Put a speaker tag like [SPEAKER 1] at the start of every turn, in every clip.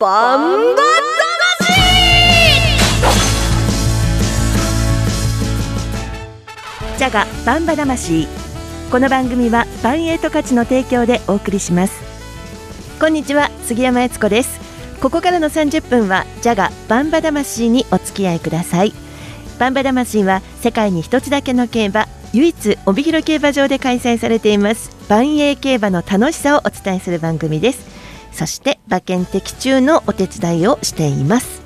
[SPEAKER 1] バンバ魂
[SPEAKER 2] ジャガバンバ魂この番組はバンエイト価値の提供でお送りしますこんにちは杉山悦子ですここからの30分はジャガバンバ魂にお付き合いくださいバンバ魂は世界に一つだけの競馬唯一帯広競馬場で開催されています万栄競馬の楽しさをお伝えする番組ですそして馬券的中のお手伝いをしています、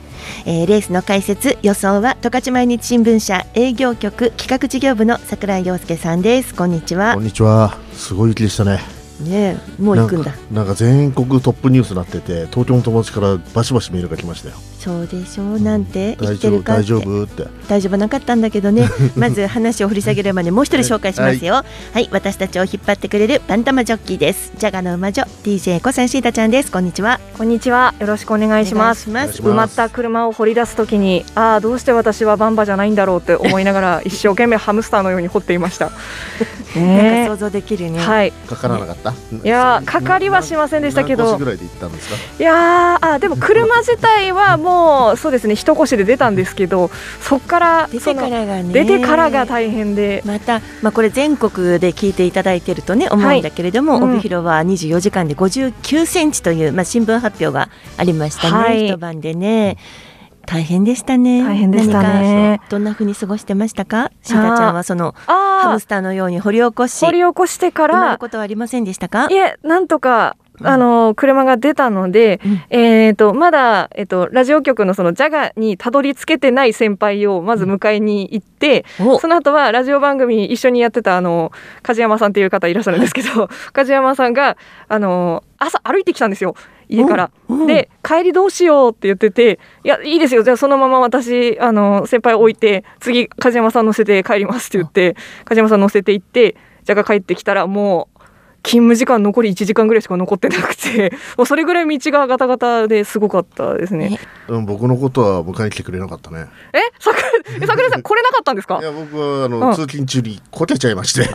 [SPEAKER 2] えーレースの解説予想は十勝毎日新聞社営業局企画事業部の桜井陽介さんですこんにちは
[SPEAKER 3] こんにちは。すごい雪でしたね。
[SPEAKER 2] ねえもう行くんだ
[SPEAKER 3] なんかなんか全国トップニュースになってて、東京の友達からバシバシメールが来ましたよ。
[SPEAKER 2] そうでしょうなんて生
[SPEAKER 3] 大
[SPEAKER 2] きて
[SPEAKER 3] 丈夫
[SPEAKER 2] るかって
[SPEAKER 3] 大丈夫って。
[SPEAKER 2] 大丈夫なかったんだけど ねまず話を掘り下げる前にもう一人紹介しますよはい、私たちを引っ張ってくれるバンタマジョッキーですジャガの馬女 DJ 小さんシータちゃんですこんにちは
[SPEAKER 1] こんにちはよろしくお願いします
[SPEAKER 2] お願い
[SPEAKER 3] します
[SPEAKER 1] 埋まった車を掘り出すときにああどうして私はバンバじゃないんだろうって思いながら 一生懸命ハムスターのように掘っていました
[SPEAKER 2] なん
[SPEAKER 1] ね
[SPEAKER 2] か想像できる
[SPEAKER 1] え
[SPEAKER 2] ね、
[SPEAKER 1] はい
[SPEAKER 3] かからなかった。い
[SPEAKER 1] やーかかりはしませんでしたけど
[SPEAKER 3] 何個ぐらいで行ったんですか。
[SPEAKER 1] いやーあでも車自体はもうそうですね一腰で出たんですけどそっから
[SPEAKER 2] 出てか
[SPEAKER 1] その
[SPEAKER 2] らがね
[SPEAKER 1] 出てからが大変で
[SPEAKER 2] また、まあ、これ全国で聞いていただいてるとね思うんだけれども、
[SPEAKER 1] はいうん
[SPEAKER 2] 帯広は24時間で59センチという、まあ、新聞発表がありましたね、
[SPEAKER 1] はい
[SPEAKER 2] 一晩でね大変でしたね
[SPEAKER 1] 大変でしたね
[SPEAKER 2] 何かどんな風に過ごしてましたかシータちゃんはそのハ
[SPEAKER 1] あ
[SPEAKER 2] ムスターのように掘り起こし
[SPEAKER 1] あ掘り起こしてか
[SPEAKER 2] 止まる
[SPEAKER 1] ら
[SPEAKER 2] ことはありませんでしたか
[SPEAKER 1] いえなんとか
[SPEAKER 2] うん
[SPEAKER 1] あの車が出たので、
[SPEAKER 2] うん
[SPEAKER 1] えっ、とまだえっ、とラジオ局のそのジャガにたどり着けてない先輩をまず迎えに行って、
[SPEAKER 2] お
[SPEAKER 1] その後はラジオ番組一緒にやってたあの梶山さんっていう方いらっしゃるんですけど 梶山さんがあの朝歩いてきたんですよ家から。
[SPEAKER 2] うん
[SPEAKER 1] で帰りどうしようって言ってて「いやいいですよじゃあそのまま私あの先輩置いて次梶山さん乗せて帰ります」って言って梶山さん乗せて行ってじゃが帰ってきたらもう勤務時間残り1時間ぐらいしか残ってなくて もうそれぐらい道がガタガタですごかったですね。
[SPEAKER 3] うん、僕のことは迎えに来てくれなかったね。
[SPEAKER 1] えさくえ桜井さんこれなかったんですか
[SPEAKER 3] いや、僕はあの、
[SPEAKER 1] うん
[SPEAKER 3] 通勤中にこけちゃいまして。
[SPEAKER 2] ね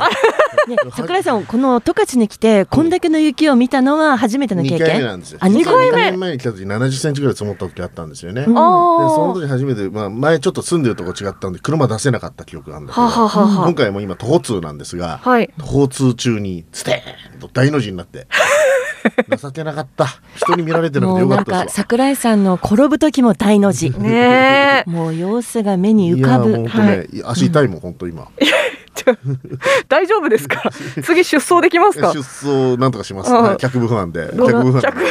[SPEAKER 2] 桜井さんこの十勝に来てこんだけの雪を見たのは初めての経
[SPEAKER 3] 二回目
[SPEAKER 2] 験
[SPEAKER 3] なんですよ。
[SPEAKER 2] あ二回目
[SPEAKER 3] 一年前に来た時、70センチぐらい積もった時あったんですよね。
[SPEAKER 2] うん
[SPEAKER 3] で
[SPEAKER 1] あ
[SPEAKER 3] その
[SPEAKER 1] ー
[SPEAKER 3] 時初めて、まあ、前ちょっと住んでるとこ違ったんで、車出せなかった記憶があるんだけ
[SPEAKER 1] は
[SPEAKER 3] ど。
[SPEAKER 1] あはあはあは
[SPEAKER 3] 今回も今徒歩通なんですが、
[SPEAKER 1] あはい
[SPEAKER 3] 交通中にステーンと大の字になって情けなかった人に見られてなく
[SPEAKER 2] も
[SPEAKER 3] て
[SPEAKER 2] う
[SPEAKER 3] よ
[SPEAKER 2] な
[SPEAKER 3] か
[SPEAKER 2] ん
[SPEAKER 3] っ
[SPEAKER 2] か
[SPEAKER 3] たですわ
[SPEAKER 2] 桜井さんの転ぶ時も大の字
[SPEAKER 1] ねえ
[SPEAKER 2] もう様子が目に
[SPEAKER 3] い
[SPEAKER 2] 浮
[SPEAKER 3] や
[SPEAKER 2] か
[SPEAKER 3] もう
[SPEAKER 2] ぶ
[SPEAKER 3] 本当ね、いや足痛いもん本当今
[SPEAKER 1] 大丈夫です か次出走できますか
[SPEAKER 3] 出走なんとかします、
[SPEAKER 1] ああ
[SPEAKER 3] はい、客不安で客
[SPEAKER 1] ごめん
[SPEAKER 3] 不安で
[SPEAKER 1] 客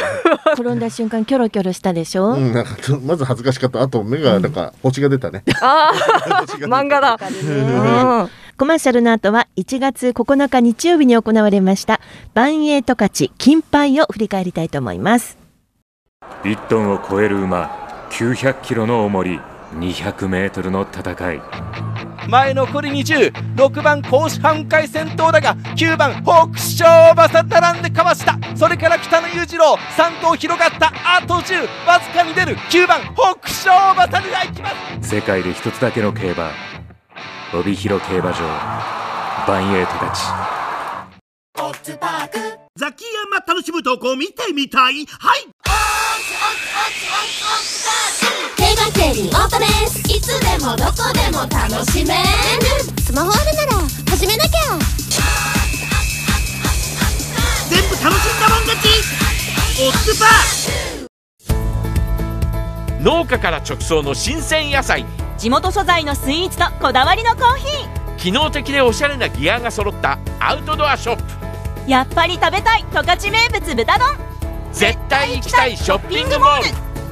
[SPEAKER 2] 転んだ瞬間キョロキョロしたでしょ、
[SPEAKER 3] うん、なんかまず恥ずかしかったあと目がなんか星が出たね
[SPEAKER 1] あ
[SPEAKER 3] 星
[SPEAKER 1] ー
[SPEAKER 3] が出た
[SPEAKER 1] 漫画だ。うん
[SPEAKER 2] コマーシャルの後は1月9日日曜日に行われました万栄十勝金杯を振り返りたいと思います
[SPEAKER 4] 1トンを超える馬900キロの重り200メートルの戦い
[SPEAKER 5] 前残り206番甲子半回戦闘だが9番北勝馬さん並んでかわしたそれから北野裕次郎3頭広がったあと10わずかに出る9番北勝馬さんが行きます
[SPEAKER 4] 世界で一つだけの競馬帯広競馬場万栄十勝
[SPEAKER 6] ザキヤマ楽しむ投稿見てみたいはい
[SPEAKER 7] 競馬競輪オートレースいつでもどこでも楽しめるスマホあるなら始めなきゃ
[SPEAKER 6] 全部楽しんだもん勝ちオッズパー
[SPEAKER 8] 農家から直送の新鮮野菜
[SPEAKER 9] 地元素材のスイーツとこだわりのコーヒ
[SPEAKER 8] 機能的でおしゃれなギアが揃ったアウトドアショップ
[SPEAKER 9] ーやっぱり食べたい十勝名物豚丼
[SPEAKER 8] 絶対行きたいショッピングモール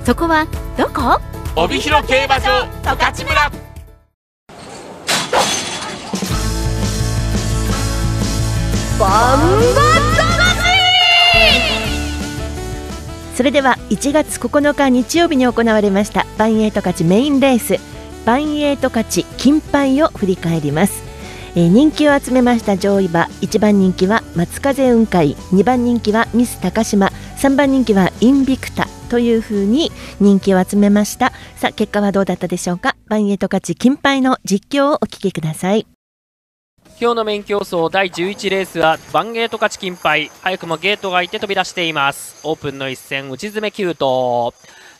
[SPEAKER 9] そこはどこ
[SPEAKER 8] 帯広競馬場十勝村
[SPEAKER 1] バンバ
[SPEAKER 2] それでは1月9日日曜日に行われました万栄十勝メインレース万栄十勝金杯を振り返ります、えー人気を集めました上位馬1番人気は松風雲海2番人気はミス高島3番人気はインビクタというふうに人気を集めましたさあ結果はどうだったでしょうか万栄十勝金杯の実況をお聞きください
[SPEAKER 10] 今日の免許走第11レースはバンゲート勝ち金杯早くもゲートが開いて飛び出していますオープンの一戦内詰め9頭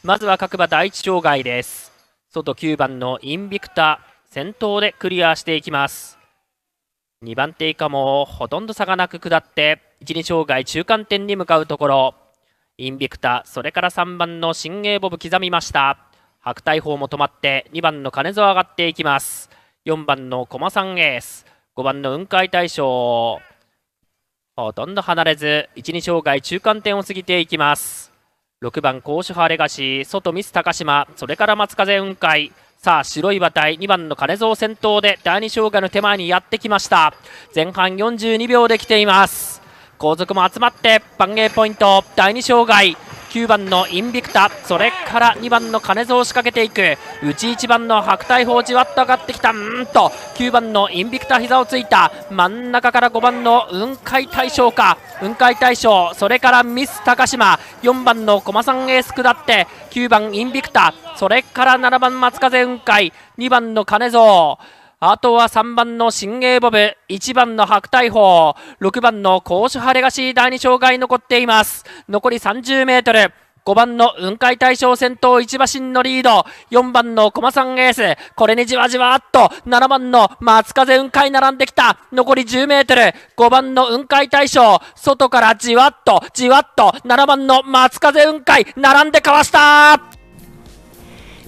[SPEAKER 10] まずは各馬第一障害です外9番のインビクタ先頭でクリアしていきます2番手以下もほとんど差がなく下って1・2障害中間点に向かうところインビクタそれから3番の新鋭ボブ刻みました白大砲も止まって2番の金沢上がっていきます4番の駒さんエース5番の雲海大将ほとんど離れず12障害中間点を過ぎていきます6番高手派レガシー外ミス高島それから松風雲海さあ白い馬体2番の金蔵先頭で第2障害の手前にやってきました前半42秒で来ています後続も集まって番芸ポイント第2障害9番のインビクタそれから2番の金蔵を仕掛けていく内1番の白大砲じわっと上がってきたうーんと9番のインビクタ膝をついた真ん中から5番の雲海大将か雲海大将それからミス高島4番の駒さんエース下って9番インビクタそれから7番松風雲海2番の金蔵あとは3番の新鋭ボブ、1番の白大砲、6番の高手派レガシー第2障害残っています。残り30メートル。5番の雲海大将先頭1馬身のリード。4番の駒さんエース。これにじわじわっと。7番の松風雲海並んできた。残り10メートル。5番の雲海大将。外からじわっと、じわっと。7番の松風雲海。並んでかわした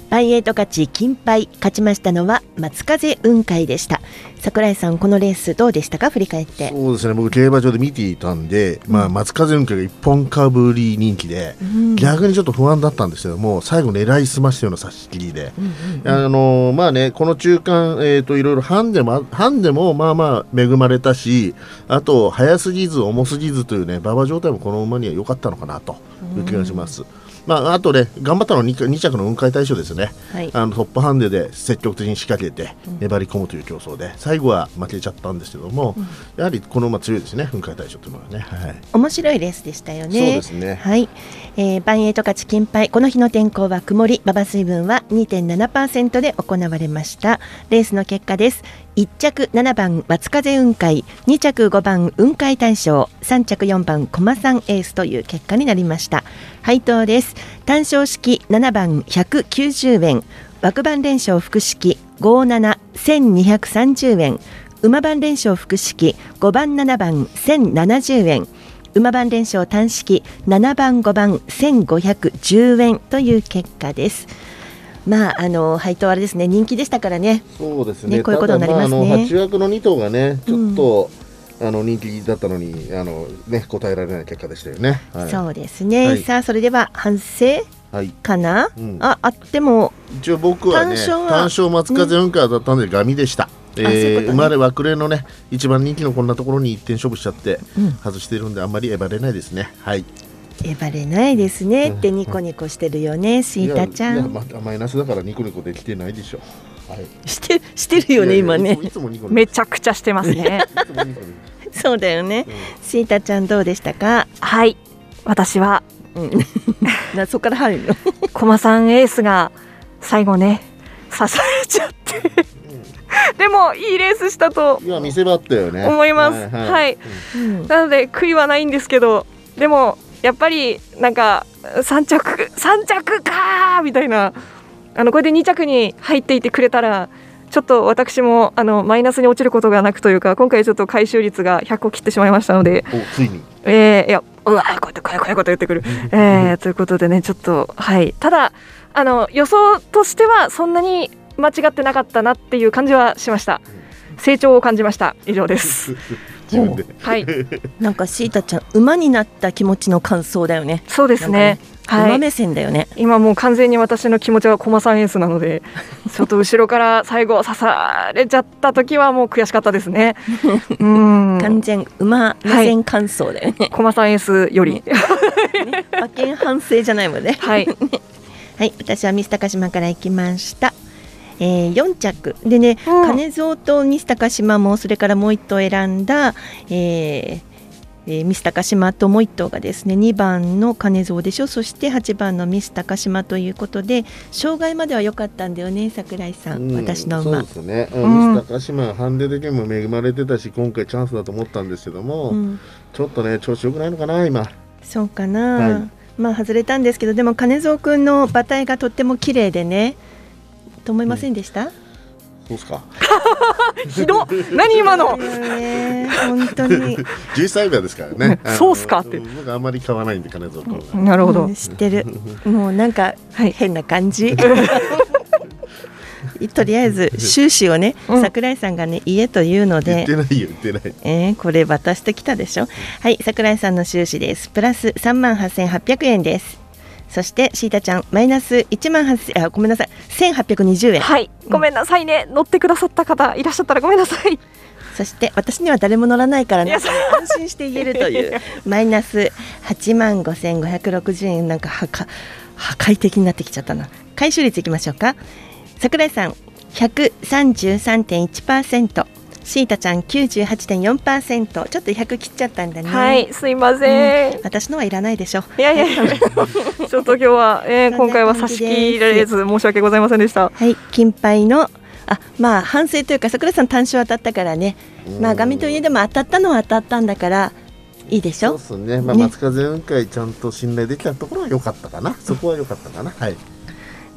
[SPEAKER 2] バンエイト勝ち金杯勝ちましたのは松風雲海でした桜井さんこのレースどうでしたか振り返って
[SPEAKER 3] そうですね僕競馬場で見ていたんで、まあ、松風雲海が一本かぶり人気で、
[SPEAKER 2] うん
[SPEAKER 3] 逆にちょっと不安だったんですけども最後狙いすましたような差し切りで、
[SPEAKER 2] うん
[SPEAKER 3] あのまあねこの中間、えー、といろいろハンデもハンデもまあまあ恵まれたしあと早すぎず重すぎずというね馬場状態もこの馬には良かったのかなという気がします。まあ、あとね、頑張ったのは 2, 着の雲海大賞ですね、
[SPEAKER 2] はい
[SPEAKER 3] あのトップハンデで積極的に仕掛けて粘り込むという競争で最後は負けちゃったんですけども、やはりこの馬強いですね雲海大賞というのはね、はい
[SPEAKER 2] 面白いレースでしたよね。
[SPEAKER 3] そうですね
[SPEAKER 2] はい、えー、バンエイト勝ち金杯この日の天候は曇り馬場水分は2.7%で行われましたレースの結果です1着7番松風雲海2着5番雲海大賞3着4番駒さんエースという結果になりました配当です単勝式7番190円枠番連勝複式57130円馬番連勝複式5番7番1070円馬番連勝単式7番5番1510円という結果です。まああの配当あれですね人気でしたからね。
[SPEAKER 3] そうです
[SPEAKER 2] ねこういうことになりますね
[SPEAKER 3] ただあ、あの8枠の2頭がね、ちょっと、あの人気だったのに、あのね、答えられない結果でしたよね。はい、
[SPEAKER 2] そうですね。
[SPEAKER 3] はい
[SPEAKER 2] さあそれでは反省
[SPEAKER 3] はい、
[SPEAKER 2] かな。
[SPEAKER 3] うん
[SPEAKER 2] ああっても
[SPEAKER 3] 一応僕は
[SPEAKER 2] 単
[SPEAKER 3] ね、
[SPEAKER 2] 勝は
[SPEAKER 3] 単勝松風雲海だったんで、ガミでした。え
[SPEAKER 2] そういうこと
[SPEAKER 3] ー
[SPEAKER 2] ね
[SPEAKER 3] 生まれ枠連のね、一番人気のこんなところに一点勝負しちゃって、
[SPEAKER 2] うん
[SPEAKER 3] 外してるんで、あんまりえばれないですね。はい。
[SPEAKER 2] えばれないですねってニコニコしてるよねシータちゃ
[SPEAKER 3] いやいや
[SPEAKER 2] ん。
[SPEAKER 3] またマイナスだから、ニコニコできてないでしょはい。
[SPEAKER 2] してしてるよね
[SPEAKER 3] いや
[SPEAKER 2] 今
[SPEAKER 3] いや
[SPEAKER 2] ね。
[SPEAKER 3] いつもいつもニコニコ。
[SPEAKER 1] めちゃくちゃしてます ね。
[SPEAKER 3] いつもニコニコ
[SPEAKER 2] そうだよね
[SPEAKER 3] うん。
[SPEAKER 2] シータちゃんどうでしたか。
[SPEAKER 1] はい。私は、
[SPEAKER 2] うん。なそこから入るの。
[SPEAKER 1] 駒さんエースが最後ね、支えちゃって。でも、いいレースしたと
[SPEAKER 3] いや、見せ場あったよね。
[SPEAKER 1] 思います。はい
[SPEAKER 3] うん
[SPEAKER 2] うん
[SPEAKER 1] なので悔いはないんですけどでもやっぱりなんか3着3着かーみたいなあのこれで2着に入っていてくれたらちょっと私もあのマイナスに落ちることがなくというか今回ちょっと回収率が100を切ってしまいましたので、
[SPEAKER 3] お、ついに。
[SPEAKER 1] えーいやうわーこうやってこういうこういうこと言ってくる。えーということでねちょっとはいただあの予想としてはそんなに間違ってなかったなっていう感じはしました成長を感じました以上 です。
[SPEAKER 3] 自分で。
[SPEAKER 1] はい
[SPEAKER 2] なんかシータちゃん馬になった気持ちの感想だよね。
[SPEAKER 1] そうですね。は
[SPEAKER 2] 馬
[SPEAKER 1] い。
[SPEAKER 2] 目線だよね。
[SPEAKER 1] 今もう完全に私の気持ちは駒さんエースなの で、ちょっと後ろから最後刺されちゃった時はもう悔しかったです ね。う
[SPEAKER 2] 完
[SPEAKER 1] ん。
[SPEAKER 2] 全馬目線感想だよね。
[SPEAKER 1] 駒さんエースより。
[SPEAKER 2] ね馬券反省じゃないもんね。
[SPEAKER 1] はい。
[SPEAKER 2] はい、私はミス高島から行きました。えー、4着でね、
[SPEAKER 1] うん
[SPEAKER 2] 金蔵とミス高島もそれからもう一頭選んだ、えーえーミス高島ともう1頭がですね2番の金蔵でしょそして8番のミス高島ということで障害までは良かったんだよね桜井さん、
[SPEAKER 3] うん
[SPEAKER 2] 私の
[SPEAKER 3] そう
[SPEAKER 2] 馬
[SPEAKER 3] で。すね、う
[SPEAKER 2] うん
[SPEAKER 3] ん、ミス高島ハンデ的にも恵まれてたし今回チャンスだと思ったんですけども、
[SPEAKER 2] うん
[SPEAKER 3] ちょっとね調子良くないのかな今
[SPEAKER 2] そうかな、
[SPEAKER 3] はい
[SPEAKER 2] まあ外れたんですけどでも金蔵君の馬体がとっても綺麗でねと思いませんでした、
[SPEAKER 3] そうっ すか
[SPEAKER 1] ひどっ何今の
[SPEAKER 2] えー本当 に
[SPEAKER 3] 13秒ですからね
[SPEAKER 1] そうっすかって
[SPEAKER 3] あの僕あんまり買わないんで金蔵君は、
[SPEAKER 1] なるほど、
[SPEAKER 2] うん知ってるもうなんか変な感じ、とりあえず収支をね、桜井さんがね家というの
[SPEAKER 3] 言
[SPEAKER 2] で
[SPEAKER 3] ってないよ言ってない
[SPEAKER 2] えーこれ渡してきたでしょはい桜井さんの収支ですプラス3万8800円ですそしてシータちゃんマイナス1万8あごめんなさい1820円
[SPEAKER 1] はいごめんなさいね、乗ってくださった方いらっしゃったらごめんなさい
[SPEAKER 2] そして私には誰も乗らないからね
[SPEAKER 1] いやそう
[SPEAKER 2] 安心して言えるというマイナス8万5560円なんか破壊破壊的になってきちゃったな回収率いきましょうか桜井さん133.1%シータちゃん98.4%ちょっと100切っちゃったんだね
[SPEAKER 1] はいすいません
[SPEAKER 2] うん私のはいらないでしょ
[SPEAKER 1] いやいやいやちょっと今日は、えー今回は差し切られず申し訳ございませんでした
[SPEAKER 2] はい金杯のあまあ反省というか桜井さん単勝当たったからねまあ画面といえでも当たったのは当たったんだからいいでし
[SPEAKER 3] そう
[SPEAKER 2] ょ
[SPEAKER 3] っすね、まあ、
[SPEAKER 2] ね
[SPEAKER 3] 松風雲海ちゃんと信頼できたところは良かったかなそこは良かったかなはい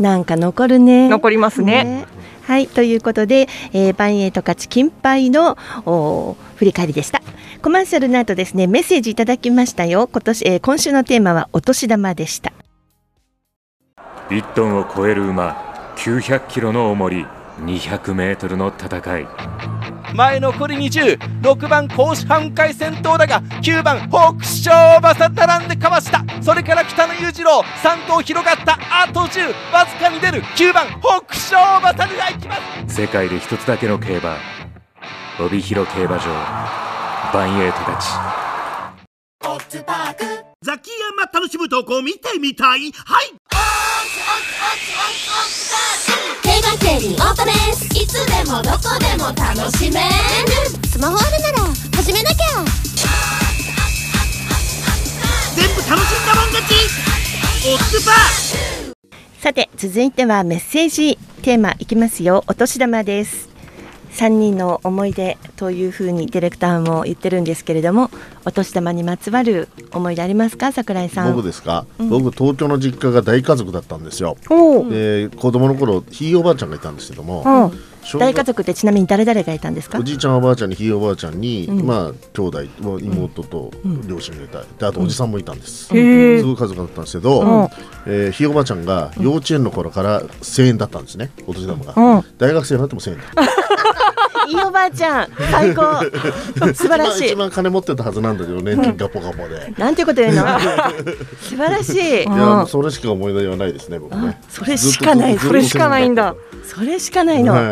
[SPEAKER 2] なんか残るね。
[SPEAKER 1] 残りますね
[SPEAKER 2] はいということで、えー、バンエイト勝ち金杯のおー振り返りでした。コマーシャルの後ですねメッセージいただきましたよ。今年、えー今週のテーマはお年玉でした。
[SPEAKER 4] 1トンを超える馬900キロの重り200メートルの戦い
[SPEAKER 5] 前残り206番甲子半回戦闘だが9番北勝馬さん並んでかわしたそれから北野裕次郎3頭広がったあと10わずかに出る9番北勝馬さんがいきます
[SPEAKER 4] 世界で一つだけの競馬帯広競馬場バンエイト勝ち
[SPEAKER 6] ザキヤマ楽しむ投稿見てみたいはい
[SPEAKER 7] 競馬競輪オートレースいつでもどこでも楽しめるスマホあるなら始めなきゃ
[SPEAKER 6] 全部楽しんだもん勝ちオッズパー
[SPEAKER 2] さて続いてはメッセージテーマいきますよお年玉です3人の思い出というふうにディレクターも言ってるんですけれどもお年玉にまつわる思い出ありますか桜井さん
[SPEAKER 3] 僕ですか、
[SPEAKER 2] うん
[SPEAKER 3] 僕東京の実家が大家族だったんですよ、
[SPEAKER 1] おー
[SPEAKER 3] で子供の頃ひいおばあちゃんがいたんですけども、
[SPEAKER 2] うん
[SPEAKER 3] 小学
[SPEAKER 2] 大家族ってちなみに誰々がいたんですか
[SPEAKER 3] おじいちゃんおばあちゃんにひいおばあちゃんに、
[SPEAKER 2] うん
[SPEAKER 3] まあ兄弟もう妹と両親がいた、であとおじさんもいたんです、
[SPEAKER 1] へー
[SPEAKER 3] すごい家族だったんですけど、
[SPEAKER 1] うん
[SPEAKER 3] えーひいおばあちゃんが幼稚園の頃から1000円だったんですねお年玉が、
[SPEAKER 1] うん
[SPEAKER 3] 大学生になっても1000円だ
[SPEAKER 2] いいおばあちゃん最 高素晴らし
[SPEAKER 3] 一
[SPEAKER 2] い
[SPEAKER 3] 番一番金持ってたはずなんだけどね、金がポカポカで、い
[SPEAKER 2] なんてこと言うの素晴らしい
[SPEAKER 1] ん
[SPEAKER 3] やもうそれしか思い出はないですね僕ね
[SPEAKER 2] それしかない
[SPEAKER 3] ずっと
[SPEAKER 1] それしかないんだ
[SPEAKER 2] それしかないの、はい、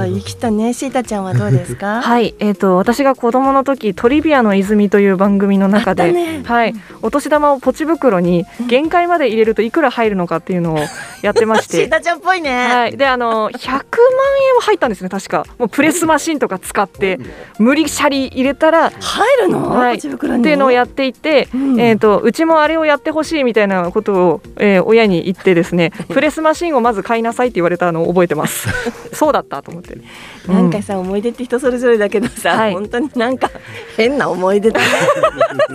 [SPEAKER 3] はい
[SPEAKER 2] 生きたねシータちゃんはどうですか
[SPEAKER 1] はい、えっ、と私が子供の時トリビアの泉という番組の中
[SPEAKER 2] あっ
[SPEAKER 1] で、
[SPEAKER 2] たね
[SPEAKER 1] はい、お年玉をポチ袋に限界まで入れるといくら入るのかっていうのをやってまし
[SPEAKER 2] シー
[SPEAKER 1] て。
[SPEAKER 2] タちゃんっぽいね、
[SPEAKER 1] はい、であの100万円は入ったんですね確かもうプレスマシンとか使って無理シャリ入れたら
[SPEAKER 2] 入るの、
[SPEAKER 1] はい
[SPEAKER 2] ポチ袋に
[SPEAKER 1] っていうのをやっていて、
[SPEAKER 2] うん
[SPEAKER 1] えー、とうちもあれをやってほしいみたいなことを、えー親に言ってです ねプレスマシンをまず買いなさいって言われたのを覚えてますそうだったと思って
[SPEAKER 2] なんかさ、思い出って人それぞれだけどさ、
[SPEAKER 1] はい
[SPEAKER 2] 本当になんか変な思い出だね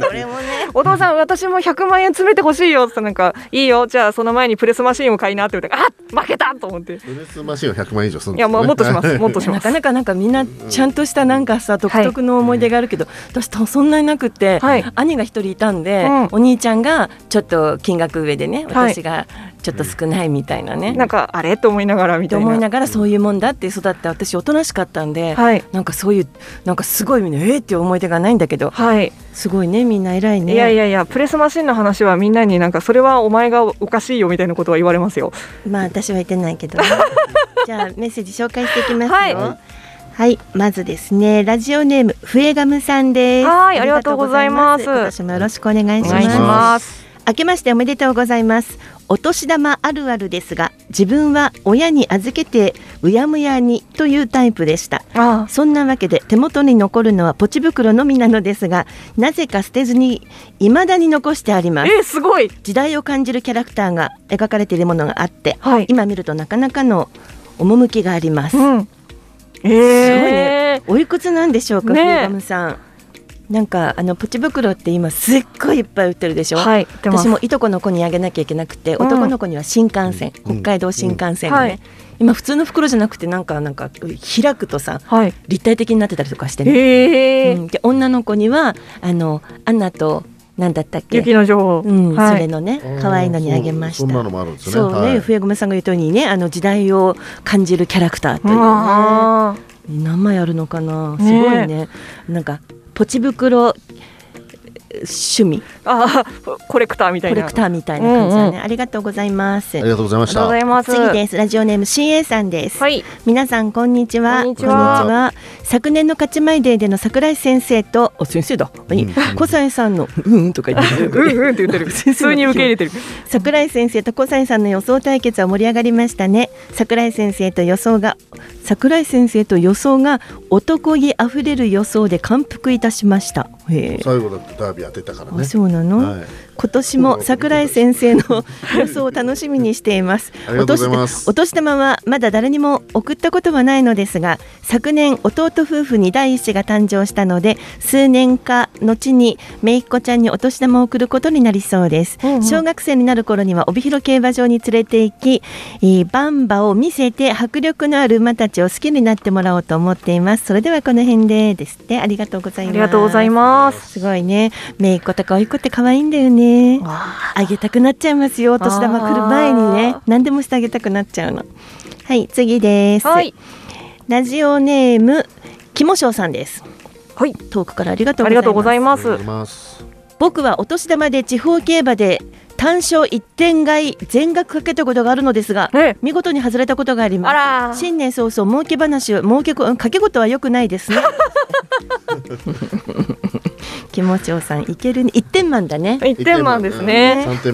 [SPEAKER 2] それもね
[SPEAKER 1] お父さん私も100万円詰めてほしいよって言ったらなんかいいよじゃあその前にプレスマシンを買いなって言われてあ負けたと思 ってい
[SPEAKER 3] プレスマシンは100万円以上するんです、ね、
[SPEAKER 1] やもうもっとしますもっとしま
[SPEAKER 2] な
[SPEAKER 1] す
[SPEAKER 2] かなかなんかみんなちゃんとしたなんかさ独特の思い出があるけど、私とそんなになくって、
[SPEAKER 1] はい
[SPEAKER 2] 兄が一人いたんで、
[SPEAKER 1] うん
[SPEAKER 2] お兄ちゃんがちょっと金額上でね
[SPEAKER 1] はい
[SPEAKER 2] 私がちょっと少ないみたいなね、
[SPEAKER 1] なんかあれと思いながらみ
[SPEAKER 2] と
[SPEAKER 1] たいな
[SPEAKER 2] 思いながらそういうもんだって育った私おとなしかったんで、
[SPEAKER 1] はい
[SPEAKER 2] なんかそういうなんかすごいねえー、っていう思い出がないんだけど
[SPEAKER 1] はい、
[SPEAKER 2] すごいねみんな偉いね
[SPEAKER 1] いやいやいやプレスマシンの話はみんなになんかそれはお前がおかしいよみたいなことは言われますよ
[SPEAKER 2] まあ私は言ってない けど、ね、じゃあメッセージ紹介していきますよ。
[SPEAKER 1] は
[SPEAKER 2] はいい、まずですねラジオネーム笛ガムさんです。
[SPEAKER 1] はいありがとうございます
[SPEAKER 2] ありがとうございます今年もよろしくお願いし
[SPEAKER 1] お
[SPEAKER 2] ま
[SPEAKER 1] 願い
[SPEAKER 2] す。
[SPEAKER 1] します
[SPEAKER 2] 明けましておめでとうございます。お年玉あるあるですが自分は親に預けてうやむやにというタイプでしたそんなわけで手元に残るのはポチ袋のみなのですがなぜか捨てずに未だに残してあります
[SPEAKER 1] えすごい
[SPEAKER 2] 時代を感じるキャラクターが描かれているものがあって、今見るとなかなかの趣があります、
[SPEAKER 1] え
[SPEAKER 2] すごいね おいくつなんでしょうか、
[SPEAKER 1] ねえ
[SPEAKER 2] フィーガムさんなんかあのポチ袋って今すっごいいっぱい売ってるでしょ、
[SPEAKER 1] はい売ってます
[SPEAKER 2] 私もいとこの子にあげなきゃいけなくて、
[SPEAKER 1] うん
[SPEAKER 2] 男の子には新幹線、北海道新幹線がね、
[SPEAKER 1] うんはい
[SPEAKER 2] 今普通の袋じゃなくてなんかなんか開くとさ、立体的になってたりとかしてね、
[SPEAKER 1] へ
[SPEAKER 2] うんで女の子にはあのアンナとなんだったっけ
[SPEAKER 1] 雪の女王、
[SPEAKER 2] うん
[SPEAKER 1] はい
[SPEAKER 2] それのね可愛いのにあげました
[SPEAKER 3] そんなのもあるんですね
[SPEAKER 2] そうね、
[SPEAKER 3] はい
[SPEAKER 2] 冬米さんが言うとおりにねあの時代を感じるキャラクターという
[SPEAKER 1] あ
[SPEAKER 2] ね何枚あるのかなす
[SPEAKER 1] ね
[SPEAKER 2] ごいねなんかポチ袋趣味
[SPEAKER 1] あコレクターみたいな
[SPEAKER 2] コレクターみたいな感じだね、
[SPEAKER 1] うんうん
[SPEAKER 2] ありがとうございます
[SPEAKER 3] ありがとうございましたあり
[SPEAKER 1] がとうございます
[SPEAKER 2] 次ですラジオネーム CA さんです
[SPEAKER 1] はい
[SPEAKER 2] 皆さんこんにちは
[SPEAKER 1] こんにちは
[SPEAKER 2] こんに昨年の勝ち前デーでの桜井先生とお先生だ何小西さんのうんうんとか言ってる
[SPEAKER 1] うんうんって言って る普通に受け入れてる
[SPEAKER 2] 桜井先生と小西さんの予想対決は盛り上がりましたね桜井先生と予想が桜井先生と予想が男気あふれる予想で感服いたしましたへえ
[SPEAKER 3] 最後だってダービー当てたから
[SPEAKER 2] あ
[SPEAKER 3] ね
[SPEAKER 2] そうなの、
[SPEAKER 3] はい
[SPEAKER 2] 今年も桜井先生の予想を楽しみにしています。
[SPEAKER 3] ありがとうございます
[SPEAKER 2] お年玉はまだ誰にも送ったことはないのですが、昨年弟夫婦に第一子が誕生したので、数年か後に姪っ子ちゃんにお年玉を送ることになりそうです。小学生になる頃には帯広競馬場に連れて行き、えーバンバを見せて迫力のある馬たちを好きになってもらおうと思っています。それではこの辺でですってありがとうございま
[SPEAKER 1] あ
[SPEAKER 2] す。
[SPEAKER 1] りがとうござい
[SPEAKER 2] ます。すごいね。めいっ子とかおいっ子って可愛いんだよね。あげたくなっちゃいますよ。お年玉来る前にね。何でもしてあげたくなっちゃうの。はい、次です。ラジオネーム、キモショウさんです。
[SPEAKER 1] はい。
[SPEAKER 2] 遠くからありがとう
[SPEAKER 1] ありがとうございます
[SPEAKER 3] ます。
[SPEAKER 2] 僕はお年玉で地方競馬で単勝一点買い全額かけたことがあるのですが、見事に外れたことがあります新年早々儲け話を儲けこ掛け事は良くないで すね気持ちよさんいけるね一点満だね
[SPEAKER 1] 一
[SPEAKER 3] 三点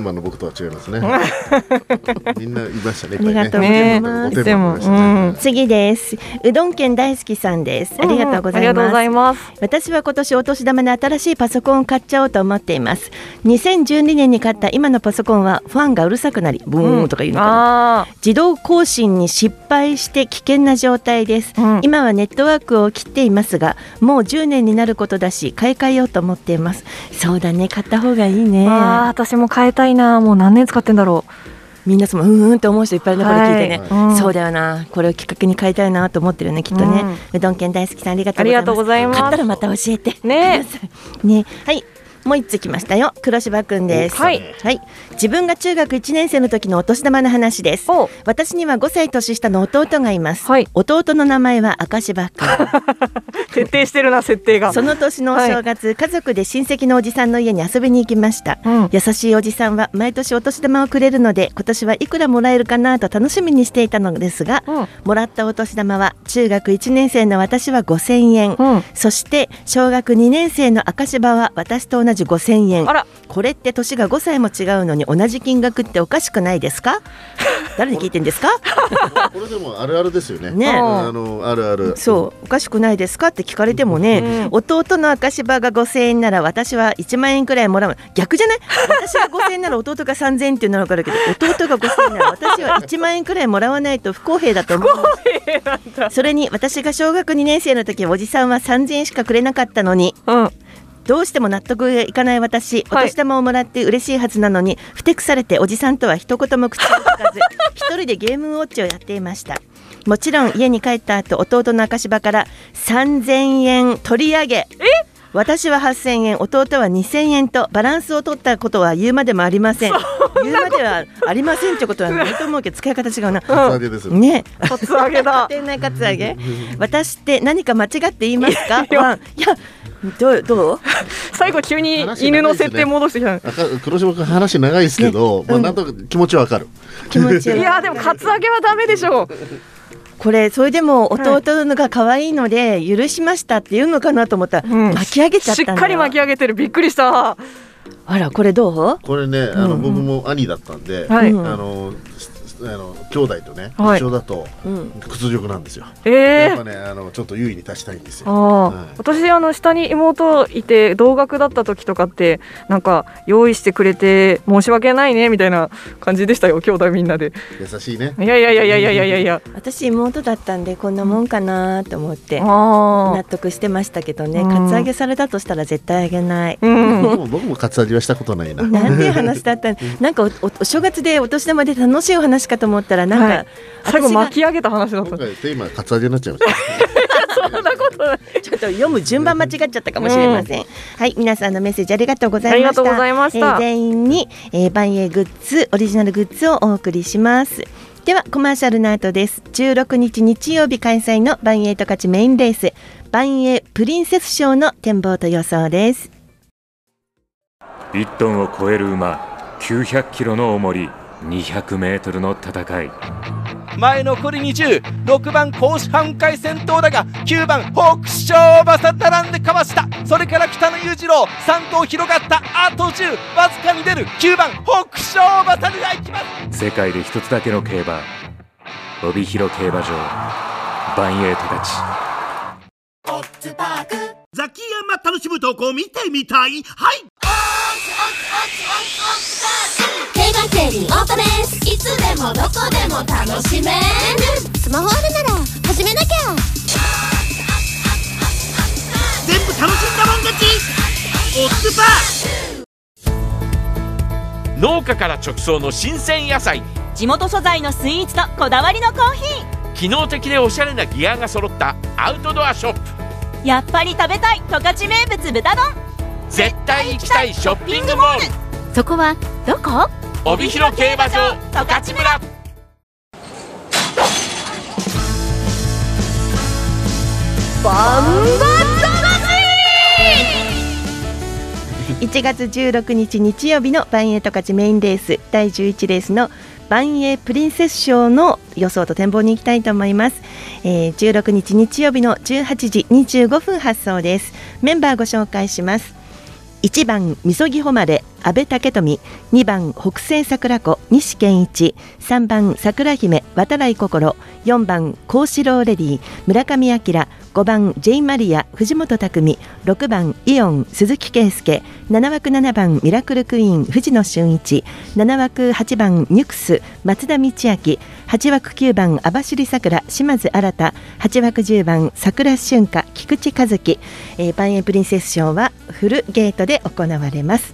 [SPEAKER 3] 満の僕とは違いますね。みんないましたね。い
[SPEAKER 2] あ
[SPEAKER 3] っぱ
[SPEAKER 2] り
[SPEAKER 3] ね
[SPEAKER 2] がとうございます。
[SPEAKER 3] 五点満五点満でしたね
[SPEAKER 2] 次です。うどん県大好きさんです。ありがとうござ
[SPEAKER 1] うんうんあ
[SPEAKER 2] います。
[SPEAKER 1] りがとうござい
[SPEAKER 2] 私は今年お年玉で新しいパソコンを買っちゃおうと思っています。2012年に買った今のパソコンはファンがうるさくなり、ブーンとか言うのか
[SPEAKER 1] な。
[SPEAKER 2] 自動更新に失敗して危険な状態です。今はネットワークを切っていますが、もう10年になることだし、買い替えようと思っています。そうだね、買った方がいいね。
[SPEAKER 1] あー私も変えたいなもう何年使ってんだろ
[SPEAKER 2] うみんなそのうんうんって思う人いっぱいだから聞いてね、
[SPEAKER 1] はいうん
[SPEAKER 2] そうだよなこれをきっかけに買いたいなと思ってるねきっとね、うどん県大好きさんありがとうござ
[SPEAKER 1] あり
[SPEAKER 2] います
[SPEAKER 1] がとうございます
[SPEAKER 2] 買ったらまた教えて
[SPEAKER 1] ね
[SPEAKER 2] ねはいもう一つ来ましたよ黒柴くんです
[SPEAKER 1] はい、
[SPEAKER 2] はい、自分が中学1年生の時のお年玉の話です私には5歳年下の弟がいます、弟の名前は赤柴くん
[SPEAKER 1] 徹底してるな設定が
[SPEAKER 2] その年のお正月、家族で親戚のおじさんの家に遊びに行きました、優しいおじさんは毎年お年玉をくれるので今年はいくらもらえるかなと楽しみにしていたのですが、もらったお年玉は中学1年生の私は5000円、そして小学2年生の赤柴は私と同じ5000円これって年が5歳も違うのに同じ金額っておかしくないですか誰に聞いてんですか
[SPEAKER 3] これでもあるあるですよね。
[SPEAKER 2] ね
[SPEAKER 3] うんあのあるある。
[SPEAKER 2] そうおかしくないですかって聞かれてもね、弟の赤芝が5000円なら私は1万円くらいもらう逆じゃない私が5000円なら弟が3000円っていうのは分かるけど弟が5000円なら私は1万円くらいもらわないと不公平だと思うそれに私が小学2年生の時おじさんは3000円しかくれなかったのに、どうしても納得がいかない私お年玉をもらって嬉しいはずなのに、ふてくされておじさんとは一言も口を聞か ず一人でゲームウォッチをやっていましたもちろん家に帰った後弟の赤柴から3000円取り上げ私は8000円弟は2000円とバランスを取ったことは言うまでもありません言うまではありませんって ことはないと思うけど使い方違うな
[SPEAKER 3] カツアゲですよ
[SPEAKER 2] ね
[SPEAKER 1] カツア ゲだ
[SPEAKER 2] 店内カツアゲ私って何か間違って言いますかワンいやどうどう
[SPEAKER 1] 最後急に犬の設定戻してきた
[SPEAKER 3] 赤黒島君話長いですけど、まあなんとか気持ちはわかる。
[SPEAKER 2] 気持ち
[SPEAKER 1] いやでもカツアゲはダメでしょう
[SPEAKER 2] これそれでも弟のが可愛いので許しましたって言うのかなと思ったら、巻き上げちゃったんだ
[SPEAKER 1] しっかり巻き上げてるびっくりした
[SPEAKER 2] あらこれどう
[SPEAKER 3] これねあの、僕も兄だったんで、
[SPEAKER 2] はい
[SPEAKER 3] あのしあの兄弟とね、
[SPEAKER 1] はい
[SPEAKER 3] 一緒だと
[SPEAKER 2] うん
[SPEAKER 3] 屈辱なんですよ、
[SPEAKER 1] えー
[SPEAKER 3] やっぱねあのちょっと優位に立ちたいんですよ
[SPEAKER 1] ああ、私あの下に妹いて同学だった時とかってなんか用意してくれて申し訳ないねみたいな感じでしたよ兄弟みんなで
[SPEAKER 3] 優しいね
[SPEAKER 1] いやいやいやいやいやいやいやいや
[SPEAKER 2] 私妹だったんでこんなもんかなと思って
[SPEAKER 1] あー
[SPEAKER 2] 納得してましたけどね
[SPEAKER 1] うん
[SPEAKER 2] カツアゲされたとしたら絶対あげない、
[SPEAKER 3] 僕も僕もカツアゲはしたことないな
[SPEAKER 2] なんていう話だったんなんかおおお正月でお年玉で楽しいお話かと思ったらなんか、
[SPEAKER 3] はい
[SPEAKER 1] 最後巻き
[SPEAKER 2] 上げた話だった
[SPEAKER 3] 今回テーマカツアゲになっちゃいました
[SPEAKER 2] ちょっと読む順番間違っちゃったかもしれません、はい皆さんのメッセージありがとうございました
[SPEAKER 1] ありがとうございました
[SPEAKER 2] えー全員に、えー、バンエイグッズオリジナルグッズをお送りしますではコマーシャルの後です16日日曜日開催のバンエイト勝ちメインレースバンエイプリンセス賞の展望と予想です
[SPEAKER 4] 1トンを超える馬900キロの重り200メートルの戦い
[SPEAKER 5] 前残り206番甲子半回戦闘だが9番北勝馬佐並んでかわしたそれから北野裕次郎3頭広がったあと10わずかに出る9番北勝馬佐でいきます
[SPEAKER 4] 世界で一つだけの競馬帯広競馬場バンエイト勝ち
[SPEAKER 6] ザキヤマ楽しむ投稿見てみたいはい
[SPEAKER 7] 競馬競輪オートレースいつでもどこでも楽しめるスマホあるなら始めなきゃ
[SPEAKER 6] 全部楽しんだもん勝ちオッズパ
[SPEAKER 8] 農家から直送の新鮮野菜
[SPEAKER 9] 地元素材のスイーツとこだわりのコーヒ
[SPEAKER 8] 機能的でおしゃれなギアが揃ったアウトドアショップ
[SPEAKER 9] ーやっぱり食べたい十勝名物豚丼
[SPEAKER 8] 絶対行きたいショッピングモール
[SPEAKER 9] そこはどこ
[SPEAKER 8] 帯広競馬場
[SPEAKER 9] 十勝村
[SPEAKER 2] バン1月16日日曜日のバンエイト勝ちメインレース第11レースのバンエイプリンセス賞の予想と展望に行きたいと思います、えー、16日日曜日の18時25分発送ですメンバーご紹介します1番みそぎほまれ阿部武富2番北西桜子西健一3番桜姫渡来心4番幸四郎レディ村上明5番 J マリア藤本拓海6番イオン鈴木圭介7枠7番ミラクルクイーン藤野俊一7枠8番ニュクス松田道明8枠9番網走さくら島津新太8枠10番桜春夏菊池和樹、えー、バンエイプリンセス賞はフルゲートで行われます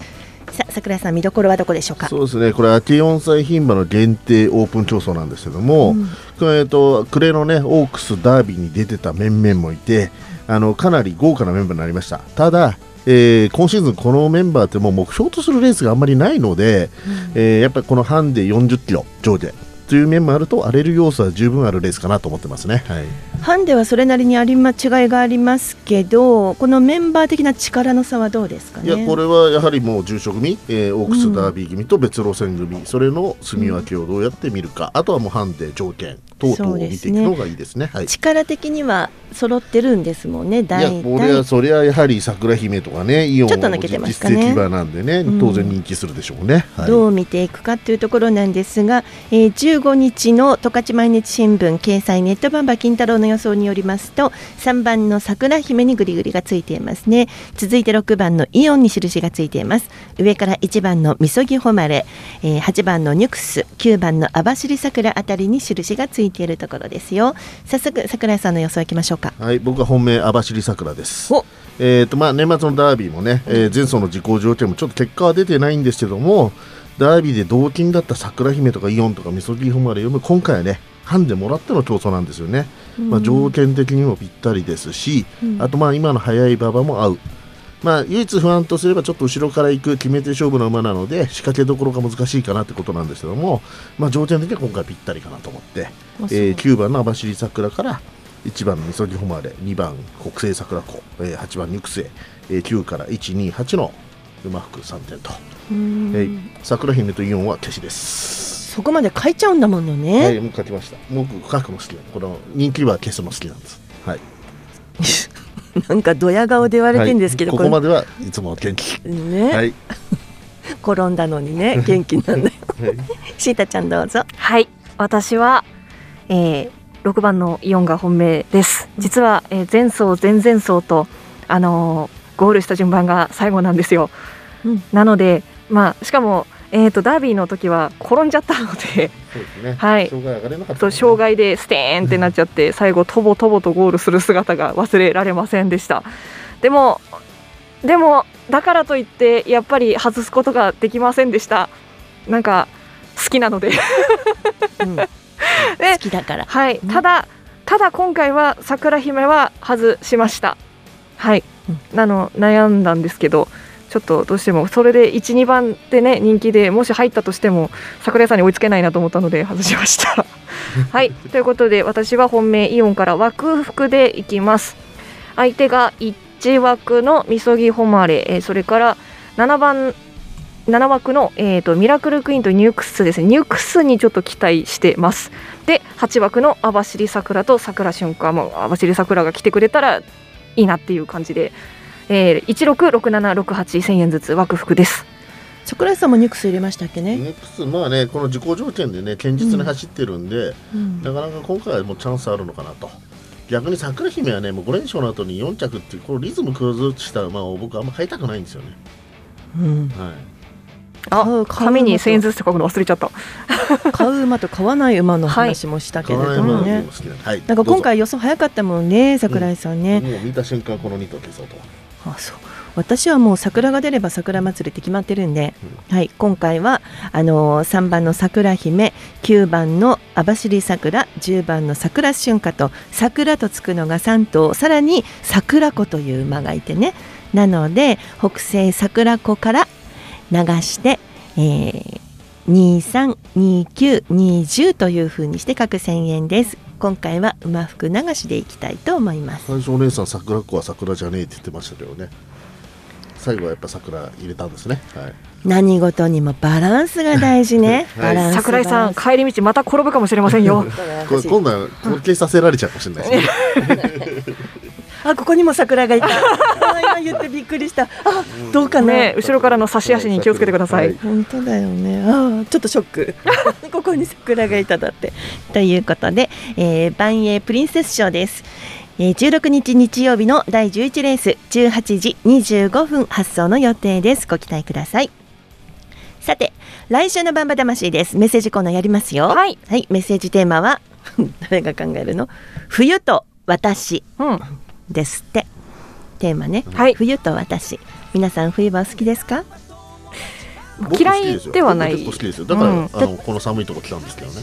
[SPEAKER 2] さあ桜さん見どころはどこでしょうか
[SPEAKER 3] そうですねこれ秋4歳牝馬の限定オープン競争なんですけども、
[SPEAKER 2] うん
[SPEAKER 3] えっと暮れのねオークスダービーに出てた面々もいてあのかなり豪華なメンバーになりましたただ、えー今シーズンこのメンバーってもう目標とするレースがあんまりないので、えーやっぱりこのハンデ40キロ上下という面もあると荒れる要素は十分あるレースかなと思ってますねはい
[SPEAKER 2] ハンデはそれなりにありま違いがありますけどこのメンバー的な力の差はどうですか
[SPEAKER 3] い
[SPEAKER 2] ね
[SPEAKER 3] やこれはやはりもう重賞組、えーオークスダービー組と別路線組、それの住み分けをどうやって見るか、あとはもうハンデ条件等々を見ていくのがいいですね。はい
[SPEAKER 2] 力的には揃ってるんですもんね
[SPEAKER 3] いや
[SPEAKER 2] 大
[SPEAKER 3] これ
[SPEAKER 2] 体
[SPEAKER 3] はそりゃやはり桜姫とかねイオン
[SPEAKER 2] ちょっと
[SPEAKER 3] は
[SPEAKER 2] 抜けてますか
[SPEAKER 3] 実
[SPEAKER 2] ね
[SPEAKER 3] 績馬なんでね
[SPEAKER 2] うん
[SPEAKER 3] 当然人気するでしょうね、はい
[SPEAKER 2] どう見ていくかというところなんですが、えー15日の十勝毎日新聞掲載ネットバンバ金太郎の予想によりますと3番の桜姫にぐりぐりがついていますね続いて6番のイオンに印がついています上から1番のみそぎほまれ、えー8番のニュクス9番の網走桜あたりに印がついているところですよ早速桜井さんの予想いきましょうか
[SPEAKER 3] はい、僕は本命網走桜です
[SPEAKER 2] お。
[SPEAKER 3] えーとまあ、年末のダービーもね、えー前走の時効条件もちょっと結果は出てないんですけどもダービーで同金だった桜姫とかイオンとかみそぎふまれ読む今回はねハンデもらっての競争なんですよね、
[SPEAKER 11] うん
[SPEAKER 3] まあ、条件的にもぴったりですし、
[SPEAKER 11] うん
[SPEAKER 3] あとまあ今の速い馬場も合う、まあ、唯一不安とすればちょっと後ろから行く決め手勝負の馬なので仕掛けどころが難しいかなってことなんですけども、まあ、条件的には今回ぴったりかなと思って、え
[SPEAKER 11] あそう
[SPEAKER 3] ー9番の網走桜から1番のみそぎ誉れ2番国政桜子、えー8番肉声、えー9から128の馬服3点と、えー桜姫とイオンは消しです。
[SPEAKER 2] そこまで書いちゃうんだものね、
[SPEAKER 3] はい、もう書きました。僕書くの好きなの。この人気馬は消すの好きなんです。はい。
[SPEAKER 2] なんかドヤ顔で言われてんですけど、
[SPEAKER 3] はいここまではいつも元気。
[SPEAKER 2] ね
[SPEAKER 3] はい。
[SPEAKER 2] 転んだのに ね元気なんだよシータちゃんどうぞ
[SPEAKER 1] はい私は、えー、6番のイオンが本命です実は、えー、前走前々走と、あのーゴールした順番が最後なんですよ、
[SPEAKER 2] うん
[SPEAKER 1] なので、まあ、しかも、えー、とダービーの時は転んじゃったので
[SPEAKER 3] そうですね。
[SPEAKER 1] はい
[SPEAKER 3] 障害上がれなかった、
[SPEAKER 1] そう障害でステーンってなっちゃって最後とぼとぼとゴールする姿が忘れられませんでしたでもでもだからといってやっぱり外すことができませんでしたなんか好きなので
[SPEAKER 2] 好きだから
[SPEAKER 1] はい、ただただ今回は桜姫は外しましたはい、なの悩んだんですけどちょっとどうしてもそれで12番でね人気でもし入ったとしても桜屋さんに追いつけないなと思ったので外しました はいということで私は本命イオンから枠服でいきます相手が1枠のみそぎ誉れ、えーそれから7番7枠の、えー、とミラクルクイーンとニュークスですねニュークスにちょっと期待してますで8枠の網走桜と桜瞬間もう網走桜が来てくれたらいいなっていう感じで、えー、166768,000円ずつ枠服です
[SPEAKER 2] 桜井さんもニュクス入れましたっけね、
[SPEAKER 3] ネックスまあねこの自己条件でね堅実に走ってるんで、
[SPEAKER 2] うん
[SPEAKER 3] なかなか今回はもうチャンスあるのかなと逆に桜姫はねもう5連勝の後に4着っていうこのリズム崩した馬を僕はあんま買いたくないんですよね、
[SPEAKER 2] うん、
[SPEAKER 3] はい、
[SPEAKER 1] あ紙に1000円ずつって書くの忘れちゃった
[SPEAKER 2] 買う馬と買わない馬の話もしたけれどもね、
[SPEAKER 3] 買わない馬の方が好きなんではい
[SPEAKER 2] なんか今回予想早かったもんね桜井さんね、
[SPEAKER 3] もう見た瞬間この2頭消そうと
[SPEAKER 2] あそう私はもう桜が出れば桜祭りって決まってるんで、はい、今回はあのー3番の桜姫9番の網走桜10番の桜春夏と桜とつくのが3頭さらに桜子という馬がいてねなので北西桜子から流して、えー、232920というふうにして各1000円です今回は馬服流しでいきたいと思います
[SPEAKER 3] 最初お姉さん桜子は桜じゃねえって言ってましたけどね最後はやっぱ桜入れたんですねはい
[SPEAKER 2] 何事にもバランスが大事ね
[SPEAKER 3] 。はい
[SPEAKER 2] バランス
[SPEAKER 1] 桜井さん帰り道また転ぶかもしれませんよ
[SPEAKER 3] これ今度は統計させられちゃうかもしれないですね
[SPEAKER 2] あ、ここにも桜 がいた。あ今言ってびっくりした。あ、どうかな。
[SPEAKER 1] ね後ろからの差し足に気をつけてください、
[SPEAKER 3] はい
[SPEAKER 2] 本当だよね。あー、ちょっとショッ ク。ここに桜がいただって。ということで、えー、万栄プリンセス賞です。えー、16日日曜日の第11レース18時25分発送の予定です。ご期待ください。さて、来週のバンバ魂です。メッセージコーナーやりますよ。
[SPEAKER 1] はい。
[SPEAKER 2] メッセージテーマは 誰が考えるの？冬と私
[SPEAKER 1] うん
[SPEAKER 2] ですって。テーマね。
[SPEAKER 1] はい
[SPEAKER 2] 冬と私。皆さん冬はお好きですか？
[SPEAKER 3] 僕好きす
[SPEAKER 1] 嫌
[SPEAKER 3] よ
[SPEAKER 1] いではない
[SPEAKER 3] 僕結構好きですよだから、
[SPEAKER 1] うん
[SPEAKER 3] あのこの寒いとこ来たんですけどね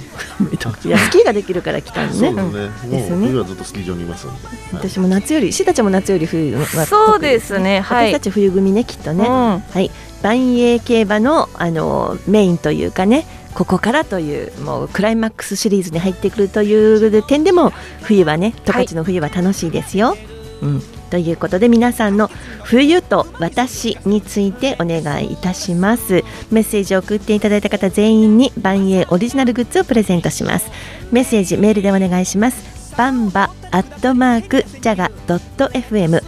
[SPEAKER 2] いやスキーができるから来たの
[SPEAKER 3] そう
[SPEAKER 2] ね。
[SPEAKER 3] です
[SPEAKER 2] で
[SPEAKER 3] ね。
[SPEAKER 2] す
[SPEAKER 3] もう
[SPEAKER 2] ね
[SPEAKER 3] 冬はずっとスキー場にいますんで。はい
[SPEAKER 2] 私も夏より、シータちゃんも夏より冬は得意。
[SPEAKER 1] そうですねはい
[SPEAKER 2] 私たち冬組ね、きっとね。
[SPEAKER 1] うん
[SPEAKER 2] はい、万栄競馬の、あのメインというかね。ここからというもうクライマックスシリーズに入ってくるという点でも冬はね十勝の冬は楽しいですよ。うん、ということで皆さんの「冬と私」についてお願いいたしますメッセージを送っていただいた方全員に万栄オリジナルグッズをプレゼントしますメッセージメールでお願いしますバンバアットマークジャガ .fm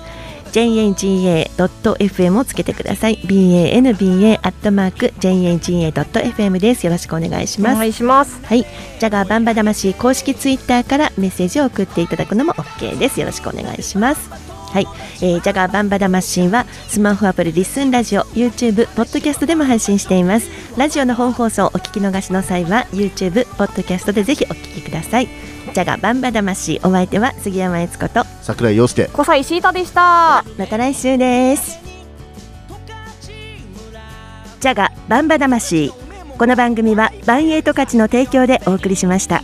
[SPEAKER 2] janga.fm をつけてください banba アットマーク janga.fm ですよろしくお願いし
[SPEAKER 1] お
[SPEAKER 2] ます
[SPEAKER 1] 願いします
[SPEAKER 2] はい、ジャガーバンバ魂公式ツイッターからメッセージを送っていただくのも OK です。よろしくお願いします。はい、えー、ジャガーバンバ魂はスマホアプリリスンラジオ、YouTube、ポッドキャストでも配信しています。ラジオの本放送をお聞き逃しの際は YouTube、ポッドキャストでぜひお聞きください。ジャガーバンバ魂お相手は杉山悦子と
[SPEAKER 3] 桜井陽介。
[SPEAKER 1] 小西シータでした
[SPEAKER 2] また来週ですジャガバンバ魂この番組はバンエイト価値の提供でお送りしました